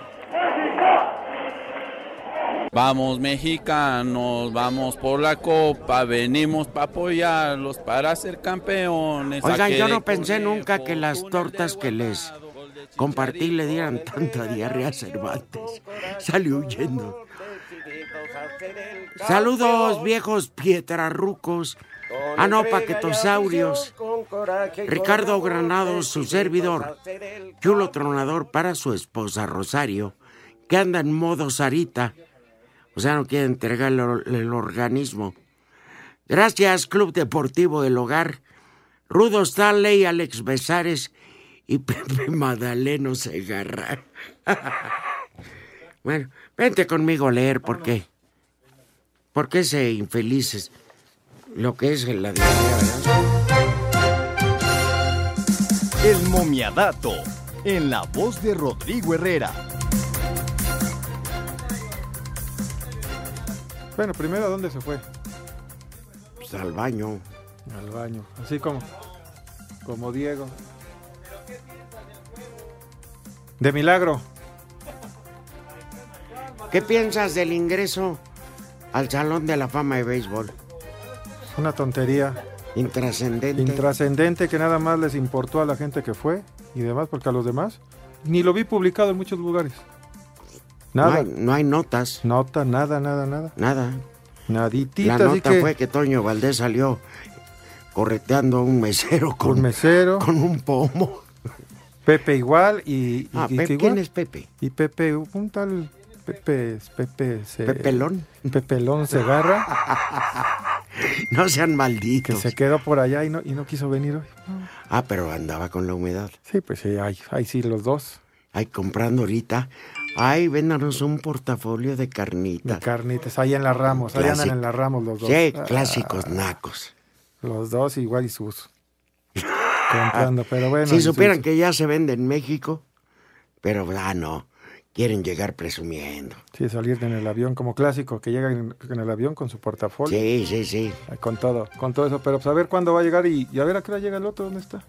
E: Vamos mexicanos, vamos por la copa, venimos para apoyarlos, para ser campeones.
D: Oigan,
E: Saque
D: yo
E: de
D: no pensé
E: conejo.
D: nunca que las tortas que les compartí le dieran tanta diarrea a Cervantes. Salió huyendo. Saludos, viejos pietrarrucos. Ah, no, paquetosaurios. Ricardo Granados, su servidor. Chulo tronador para su esposa Rosario, que anda en modo Sarita. O sea, no quiere entregar el, or- el organismo. Gracias, Club Deportivo del Hogar. Rudo Stanley, Alex Besares y Pepe Madaleno Segarra. bueno, vente conmigo a leer por qué. ¿Por qué se infelices? Lo que es la diarrea, ¿verdad?
U: El momiadato, en la voz de Rodrigo Herrera.
V: Bueno, primero, ¿a dónde se fue?
D: Pues al baño.
V: Al baño. Así como. pues, Como Diego. De milagro.
D: ¿Qué piensas del ingreso al Salón de la Fama de Béisbol?
V: Una tontería.
D: Intrascendente.
V: Intrascendente que nada más les importó a la gente que fue y demás, porque a los demás ni lo vi publicado en muchos lugares. Nada.
D: No hay, no hay notas.
V: Nota, nada, nada, nada.
D: Nada.
V: Naditita,
D: la
V: así
D: nota
V: que
D: fue que Toño Valdés salió correteando a un mesero con,
V: mesero.
D: con un pomo.
V: Pepe igual y... y-
D: Ah,
V: y
D: Pepe,
V: igual.
D: ¿quién es Pepe?
V: Y Pepe, un tal Pepe... Pepe... Se,
D: Pepelón.
V: Pepelón Segarra.
D: No sean malditos.
V: Se quedó por allá y no, y no quiso venir hoy.
D: Ah, pero andaba con la humedad.
V: Sí, pues sí, ahí, sí los dos.
D: Ahí comprando ahorita. Ay, véndanos un portafolio de carnitas.
V: Carnitas, ahí en las Ramos, ahí andan
D: Clásico.
V: en las Ramos los dos.
D: Sí,
V: Ah,
D: clásicos nacos.
V: Los dos igual y sus. Comprando, pero bueno.
D: si
V: y sus-
D: Ah, supieran que ya se vende en México, pero ah, no, quieren llegar presumiendo.
V: Sí, salir en el avión como clásico, que llega en, en el avión con su portafolio.
D: Sí, sí, sí.
V: Con todo, con todo eso. Pero pues a ver cuándo va a llegar y, y a ver a qué hora llega el otro, ¿dónde está?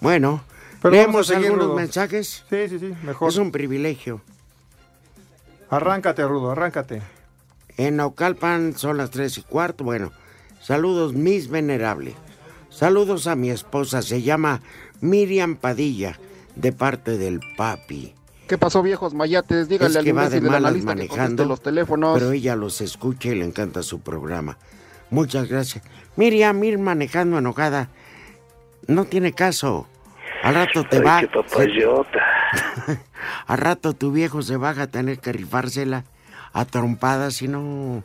D: Bueno,
V: Pero
D: leemos
V: vamos a seguir,
D: algunos
V: Rudo.
D: mensajes.
V: Sí, sí, sí, mejor.
D: Es un privilegio.
V: Arráncate, Rudo, arráncate.
D: En Naucalpan son las tres y cuarto. Bueno, saludos, mis venerable. Saludos a mi esposa, se llama Miriam Padilla, de parte del papi.
W: ¿Qué pasó, viejos mayates? Díganle
D: es que
W: al
D: va de
W: imbécil del
D: malas
W: analista que conteste
D: manejando,
W: los teléfonos.
D: pero ella los escucha y le encanta su programa. Muchas gracias. Miriam, ir manejando enojada, no tiene caso. Al rato te
N: Ay,
D: va.
N: qué
D: se-
N: papayota.
D: al rato tu viejo se va a tener que rifársela a trompadas si no.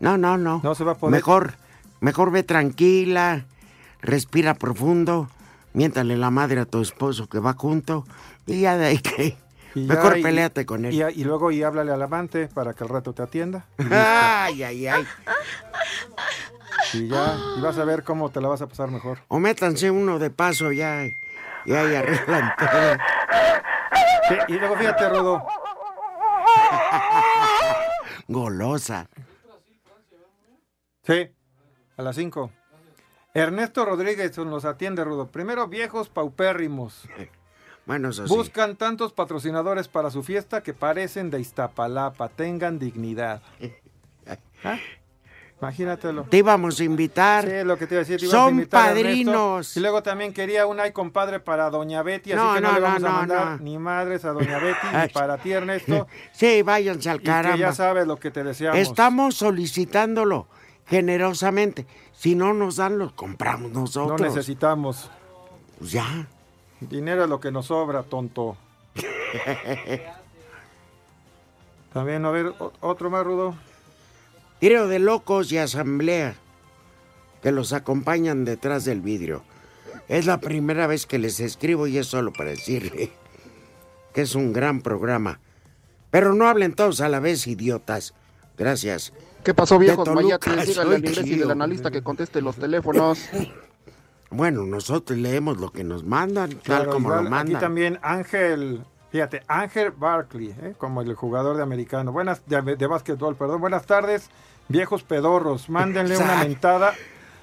D: No, no, no. No se va a
V: poder.
D: Mejor, mejor ve tranquila, respira profundo, miéntale la madre a tu esposo que va junto y ya de ahí que.
V: Y ya,
D: Mejor
V: y-
D: peleate con él.
V: Y, y luego y háblale al amante para que al rato te atienda.
D: Ay, ay, ay.
V: Y ya, y vas a ver cómo te la vas a pasar mejor.
D: O métanse uno de paso ya. Ya y arreglan todo.
V: Sí, y luego fíjate, Rudo.
D: Golosa.
V: Sí, a las 5. Ernesto Rodríguez nos atiende, Rudo. Primero, viejos paupérrimos.
D: Bueno, eso sí.
V: Buscan tantos patrocinadores para su fiesta que parecen de Iztapalapa. Tengan dignidad. ¿Ah? Imagínatelo.
D: Te íbamos a invitar.
V: Sí, lo que te iba a decir. te ibas a
D: Son
V: invitar, Ernesto.
D: padrinos.
V: Y luego también quería un ay compadre para Doña Betty, así
D: No,
V: que no,
D: no,
V: le vamos
D: no,
V: a
D: no,
V: mandar
D: no.
V: ni madres a Doña Betty ni para ti, Ernesto.
D: Sí, váyanse al
V: Y que ya
D: caramba.
V: sabes lo que te deseamos.
D: Estamos solicitándolo generosamente. Si no nos dan, los compramos
V: No
D: nosotros. Pues
V: necesitamos.
D: ya.
V: Dinero es lo que nos sobra, tonto. También, a ver, o- otro más rudo.
D: Tiro de locos y asamblea que los acompañan detrás del vidrio. Es la primera vez que les escribo y es solo para decirle que es un gran programa. Pero no hablen todos a la vez, idiotas. Gracias.
W: ¿Qué pasó, viejos
D: De Toluca,
W: mayates? Díganle
D: soy
W: al imbécil
D: Gio.
W: del analista que conteste los teléfonos.
D: Bueno, nosotros leemos lo que nos mandan,
V: Claro,
D: tal como
V: igual
D: lo
V: aquí
D: mandan.
V: también Ángel, fíjate, Ángel Barkley, ¿eh? como el jugador de americano, buenas de, de básquetbol, perdón, buenas tardes, viejos pedorros, mándenle una mentada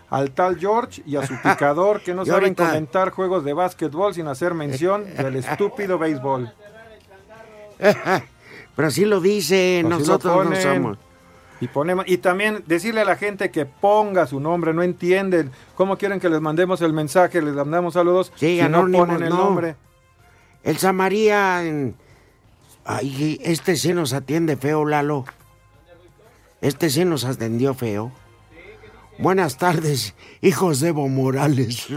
V: al tal George y a su picador que no
D: Y
V: saben
D: ahorita-
V: comentar juegos de básquetbol sin hacer mención del estúpido béisbol.
D: Pero así lo dice,
V: Así lo
D: nosotros no
V: ponen.
D: somos.
V: Y ponemos y también decirle a la gente que ponga su nombre, no entienden cómo quieren que les mandemos el mensaje, les mandamos saludos si no
D: anónimos,
V: ponen el
D: no.
V: nombre.
D: El Samaría. en- Ay, este sí nos atiende feo, Lalo. Este sí nos atendió feo. Buenas tardes, hijos de Evo Morales.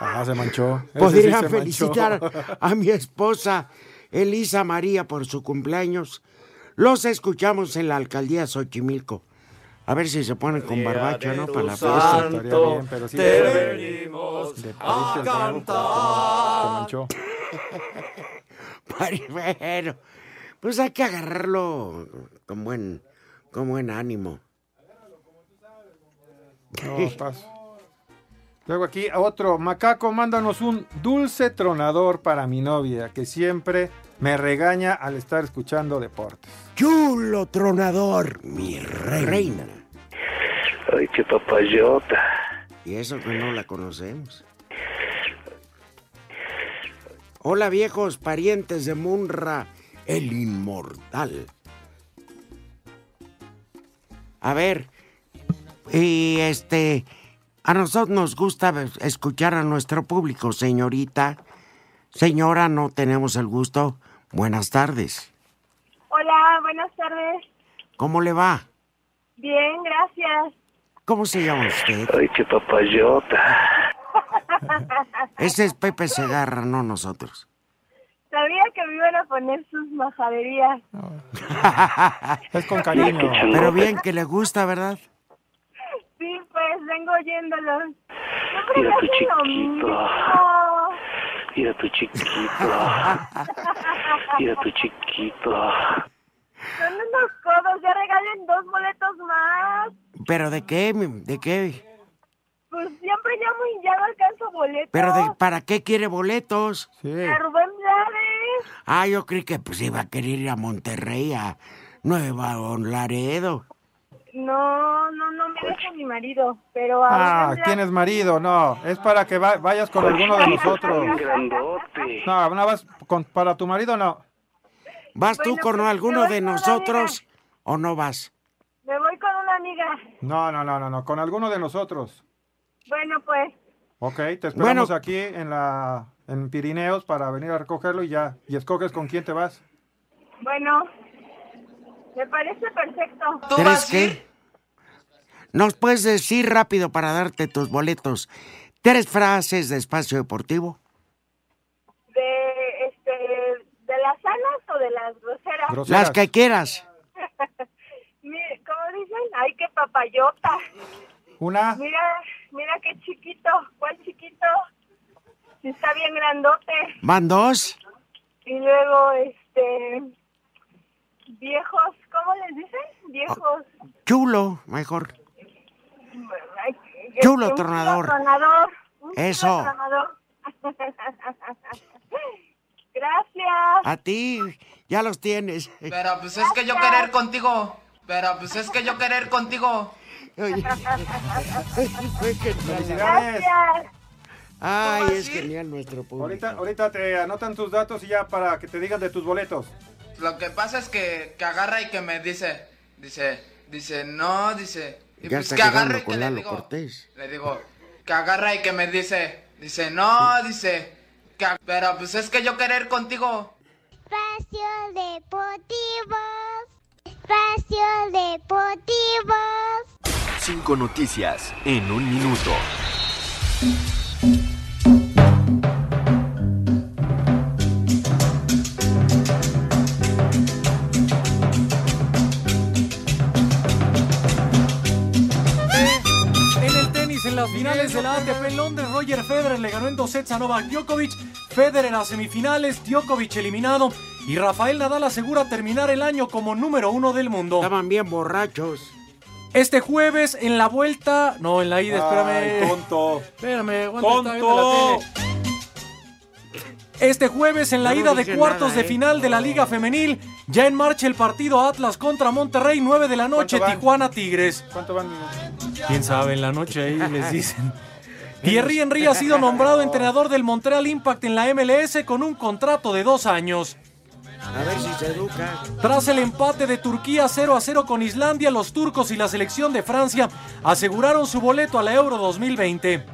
V: Ah, se manchó. Ese
D: Podría
V: sí se
D: Pues felicitar
V: manchó.
D: a mi esposa Elisa María por su cumpleaños. Los escuchamos en la alcaldía Xochimilco. A ver si se ponen con barbacho, ¿no? Para la fiesta.
V: Estaría bien, pero sí
L: te
V: le-
L: venimos
V: le pediste
L: a
V: el trago, pero
L: cantar.
V: Se manchó.
D: Bueno, pues hay que agarrarlo con buen, con buen ánimo.
V: No, paso. Luego aquí otro. Macaco, mándanos un dulce tronador para mi novia, que siempre me regaña al estar escuchando deportes.
D: Chulo tronador, mi reina.
N: Ay, qué papayota.
D: Y eso que no la conocemos. Hola viejos parientes de Munra, el inmortal. A ver, y este, a nosotros nos gusta escuchar a nuestro público, señorita. Señora, no tenemos el gusto. Buenas tardes.
X: Hola, buenas tardes.
D: ¿Cómo le va?
X: Bien, gracias.
D: ¿Cómo se llama usted?
N: Ay, qué papayota.
D: Ese es Pepe Segarra, no nosotros.
X: Sabía que me iban a poner sus majaderías.
V: Es con
D: cariño. Pero bien que le gusta, ¿verdad?
X: Sí, pues vengo oyéndolos. Siempre me
N: Mira tu
X: hacen lo
N: chiquito.
X: mismo.
N: Mira tu chiquito. Mira tu chiquito.
X: Son unos codos, ya regalen dos boletos más.
D: ¿Pero de qué? mi- ¿De qué?
X: Pues siempre ya muy ya no alcanzo boletos.
D: ¿Pero de para qué quiere boletos?
X: A Rubén Blades.
D: Ah, yo creí que pues iba a querer ir a Monterrey, a Nueva Laredo.
X: No, no, no
N: Pues
X: me deja mi marido, pero a
V: Ah,
X: Rubén Blades-
V: tienes marido, no. Es para que va- vayas con alguno de nosotros. No, no vas con- para tu marido, no.
D: ¿Vas
X: tú Bueno, con pues, alguno te de voy con la nosotros
D: o no vas?
X: Me voy con una amiga.
V: No, no, no, no, no. Con alguno de nosotros.
X: Bueno, pues.
V: Ok, te esperamos
D: Bueno.
V: aquí en la en Pirineos para venir a recogerlo y ya. Y escoges con quién te vas.
X: Bueno, me parece perfecto.
D: ¿Tres qué? ¿Nos puedes decir rápido para darte tus boletos tres frases de espacio deportivo?
X: De, este, de las sanas o de las groseras.
D: Las que quieras.
X: Mire, ¿cómo dicen? Ay, qué papayota.
V: Una.
X: Mira, mira qué chiquito. ¿Cuál chiquito? Sí está bien grandote.
D: ¿Van dos?
X: Y luego, este, viejos, ¿cómo les dicen? Viejos.
D: Chulo, mejor.
X: Ay,
D: Chulo
X: este, un
D: tronador.
X: tronador, un chulo
D: Eso.
X: tronador. Gracias.
D: A ti ya los tienes.
F: Pero pues es que yo querer contigo. Pero pues es que yo querer contigo.
V: Felicidades.
D: Ay, es genial nuestro público.
V: Ahorita, ahorita te anotan tus datos y ya para que te digan de tus boletos.
F: Lo que pasa es que, que agarra y que me dice, dice, dice, no, dice. Y
D: Ya
F: pues
D: está
F: que agarra
D: quedando
F: y que
D: con
F: le
D: Lalo
F: digo,
D: Cortés.
F: le digo, que agarra y que me dice, dice, no, dice. que a- pero pues es que yo querer contigo.
G: Espacio Deportivo. Espacio Deportivo.
U: Cinco noticias en un minuto.
R: En el tenis, en la las finales de la ATP en Londres, Roger Federer le ganó en dos sets a Novak Djokovic, Federer en las semifinales, Djokovic eliminado y Rafael Nadal asegura terminar el año como número uno del mundo.
D: Estaban bien borrachos.
R: Este jueves en la vuelta, no, en la ida, espérame.
V: Ay, tonto.
R: Espérame, aguanta, está viendo la
V: Tonto.
R: tele. Este jueves en la
V: Yo no
R: ida de
V: dije
R: cuartos
V: nada,
R: de
V: ¿eh?
R: final de la Liga Femenil, ya en marcha el partido Atlas contra Monterrey, 9 de la noche,
V: ¿Cuánto van?
R: Tijuana Tigres.
V: ¿Cuánto van?
R: Quién sabe, en la noche ahí les dicen. Thierry Henry ha sido nombrado entrenador del Montreal Impact en la MLS con un contrato de dos años.
D: A ver si se educa.
R: Tras el empate de Turquía 0 a 0 con Islandia, los turcos y la selección de Francia aseguraron su boleto a la Euro 2020.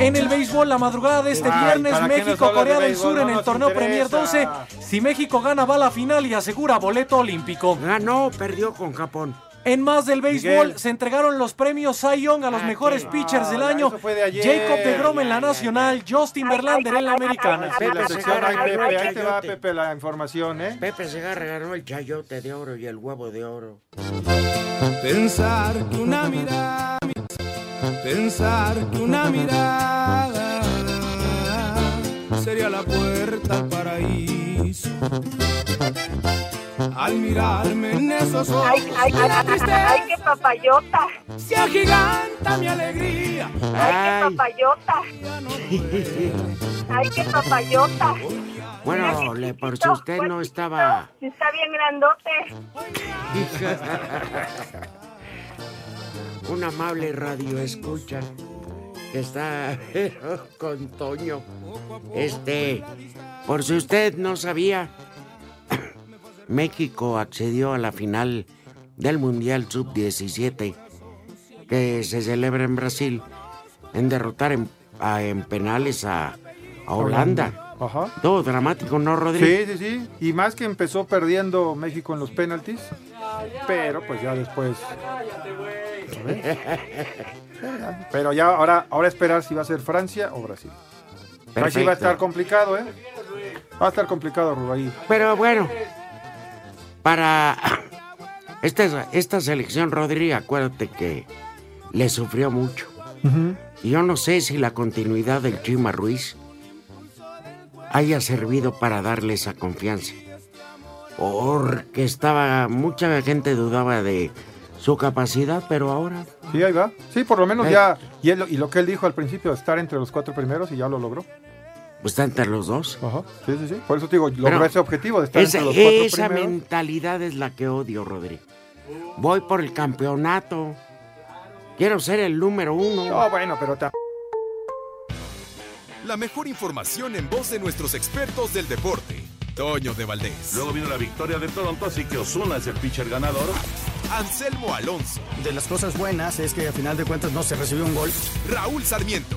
R: En el béisbol, la madrugada de este
V: Ay,
R: viernes,
V: ¿para qué nos
R: México-Corea
V: hablas de
R: del Sur
V: béisbol?
R: en
V: No
R: el
V: nos
R: torneo Premier
V: interesa.
R: 12. Si México gana, va a la final y asegura boleto olímpico.
D: Ganó, Ah, perdió con Japón.
R: En más del béisbol,
D: Miguel.
R: se entregaron los premios Cy Young a los
D: Ah,
R: mejores pitchers del año.
V: Ah, eso fue de ayer.
R: Jacob DeGrom en la nacional, Justin Verlander en la americana.
V: Sí, la sección ahí, Pepe, ahí te va,
D: Chayote.
V: Pepe, la información, ¿eh?
D: Pepe Segarra ganó el chayote de oro y el huevo de oro.
B: Pensar que una mirada, pensar que una mirada sería la puerta al paraíso. Al mirarme en esos ojos,
X: Ay, ay,
B: la
X: ay,
B: tristeza
X: ay, qué papayota.
B: se agiganta mi alegría.
X: Ay, qué papayota. Ay, qué papayota.
D: Bueno, le- por si usted no estaba.
X: Sí está bien grandote.
D: Un amable radio escucha que está oh, con Toño. Este, por si usted no sabía, México accedió a la final del Mundial Sub-17 que se celebra en Brasil en derrotar en, a- en penales a, a Holanda.
V: Ajá.
D: Todo dramático, ¿no,
V: Sí,
D: Rodríguez?
V: sí, sí. Y más que empezó perdiendo México en los penaltis, pero pues ya después. Pero ya ahora, ahora esperar si va a ser Francia o Brasil. Ahí sí va a estar
D: Perfecto.
V: complicado, ¿eh? Va a estar complicado, Rubén.
D: Pero bueno, para esta, esta selección, Rodri, acuérdate que le sufrió mucho. Y yo no sé si la continuidad del Chima Ruiz haya servido para darle esa confianza. Porque estaba, mucha gente dudaba de su capacidad, pero ahora
V: Sí, ahí va. Sí, por lo menos
D: Eh.
V: ya. Y, él- y lo que él dijo al principio, estar entre los cuatro primeros y ya lo logró.
D: pues, está entre los dos.
V: Ajá. Sí, sí, sí. Por eso te digo, logró
D: Pero
V: ese objetivo de estar
D: esa,
V: entre los cuatro
D: esa
V: primeros.
D: mentalidad es la que odio, Rodri. Voy por el campeonato. Quiero ser el número uno.
V: No, bueno, pero ta-
A: La mejor información en voz de nuestros expertos del deporte. Toño de Valdés. Luego vino la victoria de Toronto, así que Osuna es el pitcher ganador. Anselmo Alonso.
H: De las cosas buenas es que a final de cuentas no se recibió un gol.
A: Raúl Sarmiento.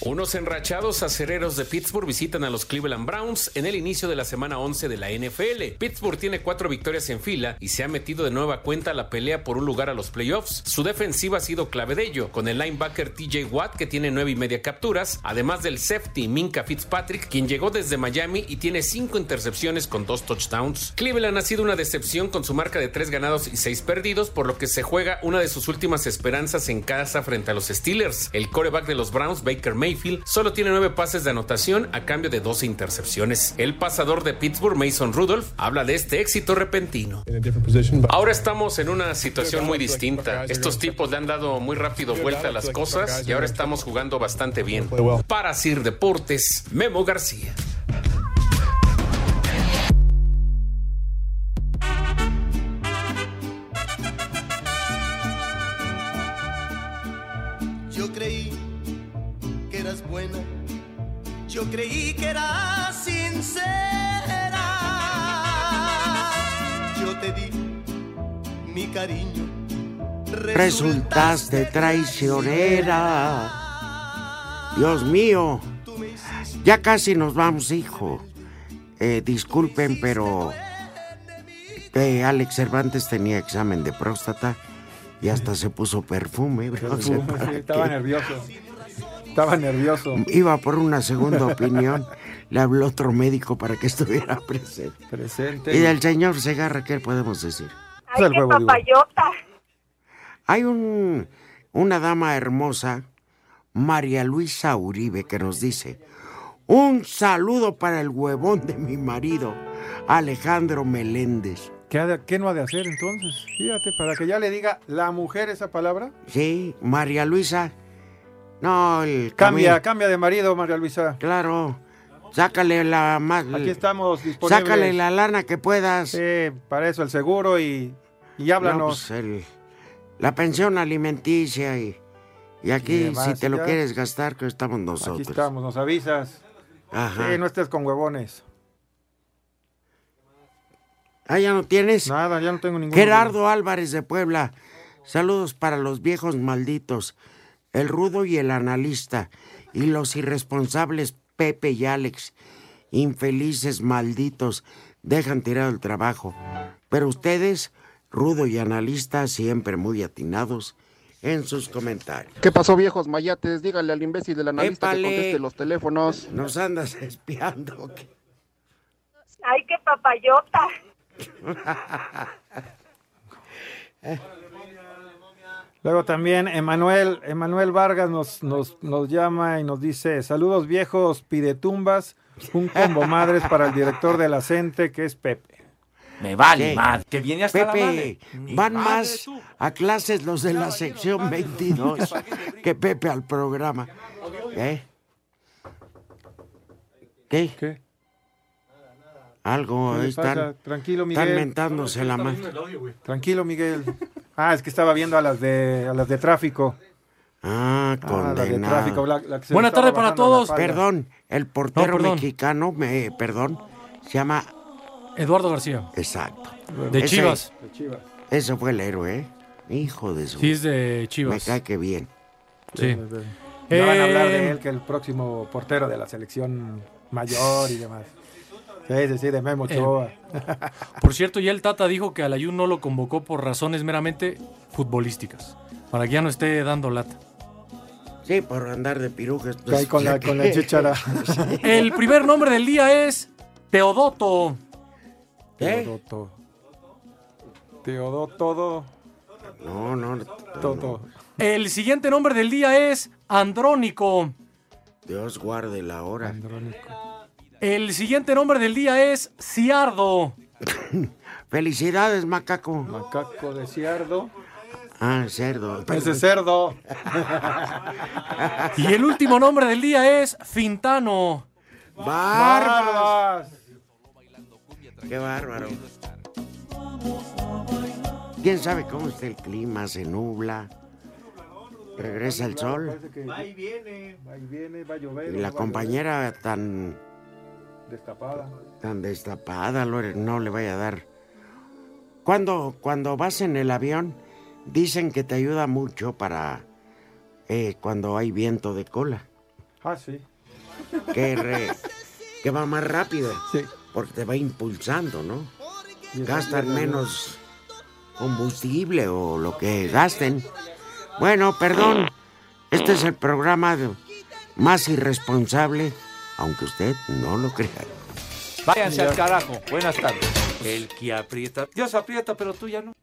I: Unos enrachados acereros de Pittsburgh visitan a los Cleveland Browns en el inicio de la semana 11 de la NFL. Pittsburgh tiene cuatro victorias en fila y se ha metido de nueva cuenta a la pelea por un lugar a los playoffs. Su defensiva ha sido clave de ello, con el linebacker TJ Watt que tiene nueve y media capturas, además del safety Minka Fitzpatrick, quien llegó desde Miami y tiene cinco intercepciones con dos touchdowns. Cleveland ha sido una decepción con su marca de tres ganados y seis perdidos, por lo que se juega una de sus últimas esperanzas en casa frente a los Steelers. El coreback de los Browns, Baker Mayfield, solo tiene nueve pases de anotación a cambio de 12 intercepciones. El pasador de Pittsburgh, Mason Rudolph, habla de este éxito repentino. Ahora estamos en una situación muy distinta. Estos tipos le han dado muy rápido vuelta a las cosas y ahora estamos jugando bastante bien. Para Sir Deportes, Memo García.
Y: Yo creí que eras buena, yo creí que eras sincera. Yo te di mi cariño.
D: Resultaste traicionera. Dios mío. Ya casi nos vamos, hijo. Eh, disculpen, pero eh, Alex Cervantes tenía examen de próstata y hasta se puso perfume. no sé para
V: Sí, estaba
D: qué.
V: nervioso. Estaba nervioso.
D: Iba por una segunda opinión, le habló otro médico para que estuviera presente.
V: Presente.
D: Y del señor Segarra, ¿qué podemos decir?
B: Pues
X: Ay, qué papayota.
D: Hay un, una dama hermosa, María Luisa Uribe, que nos dice, un saludo para el huevón de mi marido, Alejandro Meléndez.
V: ¿Qué, ha de- qué no ha de hacer entonces? Fíjate, para que ya le diga la mujer esa palabra.
D: Sí, María Luisa. No, el
V: Cambia,
D: camino-
V: cambia de marido, María Luisa.
D: Claro. Sácale la más.
V: Aquí estamos disponibles.
D: Sácale la lana que puedas.
V: Sí, para eso el seguro y, y háblanos.
D: No, pues, el- la pensión alimenticia y, y
V: Y
D: aquí,
V: demás,
D: si te lo
V: ya.
D: quieres gastar, que estamos
V: Aquí
D: pues, nosotros.
V: estamos, nos avisas.
D: Ajá.
V: Sí, no estés con huevones.
D: Ah, ya no tienes.
V: Nada, ya no tengo ningún.
D: Gerardo Álvarez de Puebla. Saludos para los viejos malditos, el rudo y el analista, y los irresponsables Pepe y Alex, infelices malditos, dejan tirado el trabajo. Pero ustedes, rudo y analista, siempre muy atinados en sus comentarios.
W: ¿Qué pasó, viejos mayates? Dígale al imbécil del analista
D: Épale.
W: que conteste los teléfonos.
D: Nos andas espiando.
X: Ay, qué papayota.
V: Luego también Emanuel, Emanuel Vargas nos, nos, nos llama y nos dice, saludos viejos pidetumbas, un combo madres para el director de la CENTE que es Pepe.
D: Me
V: vale madre,
D: Que viene
V: hasta la
D: Pepe,
V: madre.
D: van más a clases los de la sección 22 que Pepe al programa. ¿Eh? ¿Qué? Algo,
V: ¿Qué le
D: ahí
V: pasa?
D: están.
V: Tranquilo,
D: Están
V: Miguel.
D: mentándose la mano.
V: Tranquilo, Miguel. Ah, es que estaba viendo a las de, a las de tráfico.
D: Ah,
V: la de
D: condenado.
V: tráfico. la- la que se
D: Buena
V: estaba
D: tarde para
V: bajando la
D: todos.
V: falda.
D: Perdón, el portero
V: perdón.
D: mexicano, me, perdón, se llama...
R: Eduardo García.
D: Exacto.
R: De
D: Ese-
R: Chivas.
V: De Chivas.
D: Ese fue el héroe, ¿eh? Hijo de su...
R: Sí, es de Chivas.
D: Me cae que bien.
R: Sí.
V: Ya van a hablar de
R: Eh,
V: él, que el próximo portero de la selección mayor y demás. Sí, sí, sí, de Memo Ochoa.
R: eh, Por cierto, ya el Tata dijo que al Ayun no lo convocó por razones meramente futbolísticas. Para que ya no esté dando lata.
D: Sí, por andar de pirujas. pues,
V: Cae con la- con la chíchara.
R: El primer nombre del día es Teodoto.
V: Teodoto. Teodoto. Todo.
D: No, no. no,
V: Toto.
R: El siguiente nombre del día es Andrónico.
D: Dios guarde la hora.
R: El siguiente nombre del día es Ciardo.
D: Felicidades, macaco.
V: Macaco de Ciardo.
D: Ah, cerdo.
V: Ese cerdo.
R: Y el último nombre del día es Fintano.
V: Barbas.
D: Qué bárbaro. ¿Quién sabe cómo está el clima? Se nubla. Regresa el sol.
V: Va y viene. Va y viene, va a llover.
D: Y
V: no va
D: la
V: a
D: compañera tan,
V: llover. Destapada.
D: tan destapada Lore, no le vaya a dar. Cuando, cuando vas en el avión, dicen que te ayuda mucho para eh, cuando hay viento de cola.
V: Ah, sí.
D: que, re- que va más rápido.
V: Sí.
D: Porque te va impulsando, ¿no?
V: Y está
D: Gastan
V: bien,
D: menos combustible o lo que gasten. Bueno, perdón. Este es el programa de- más irresponsable, aunque usted no lo crea.
M: Váyanse al carajo. Buenas tardes. El que aprieta. Dios aprieta, pero tú ya no.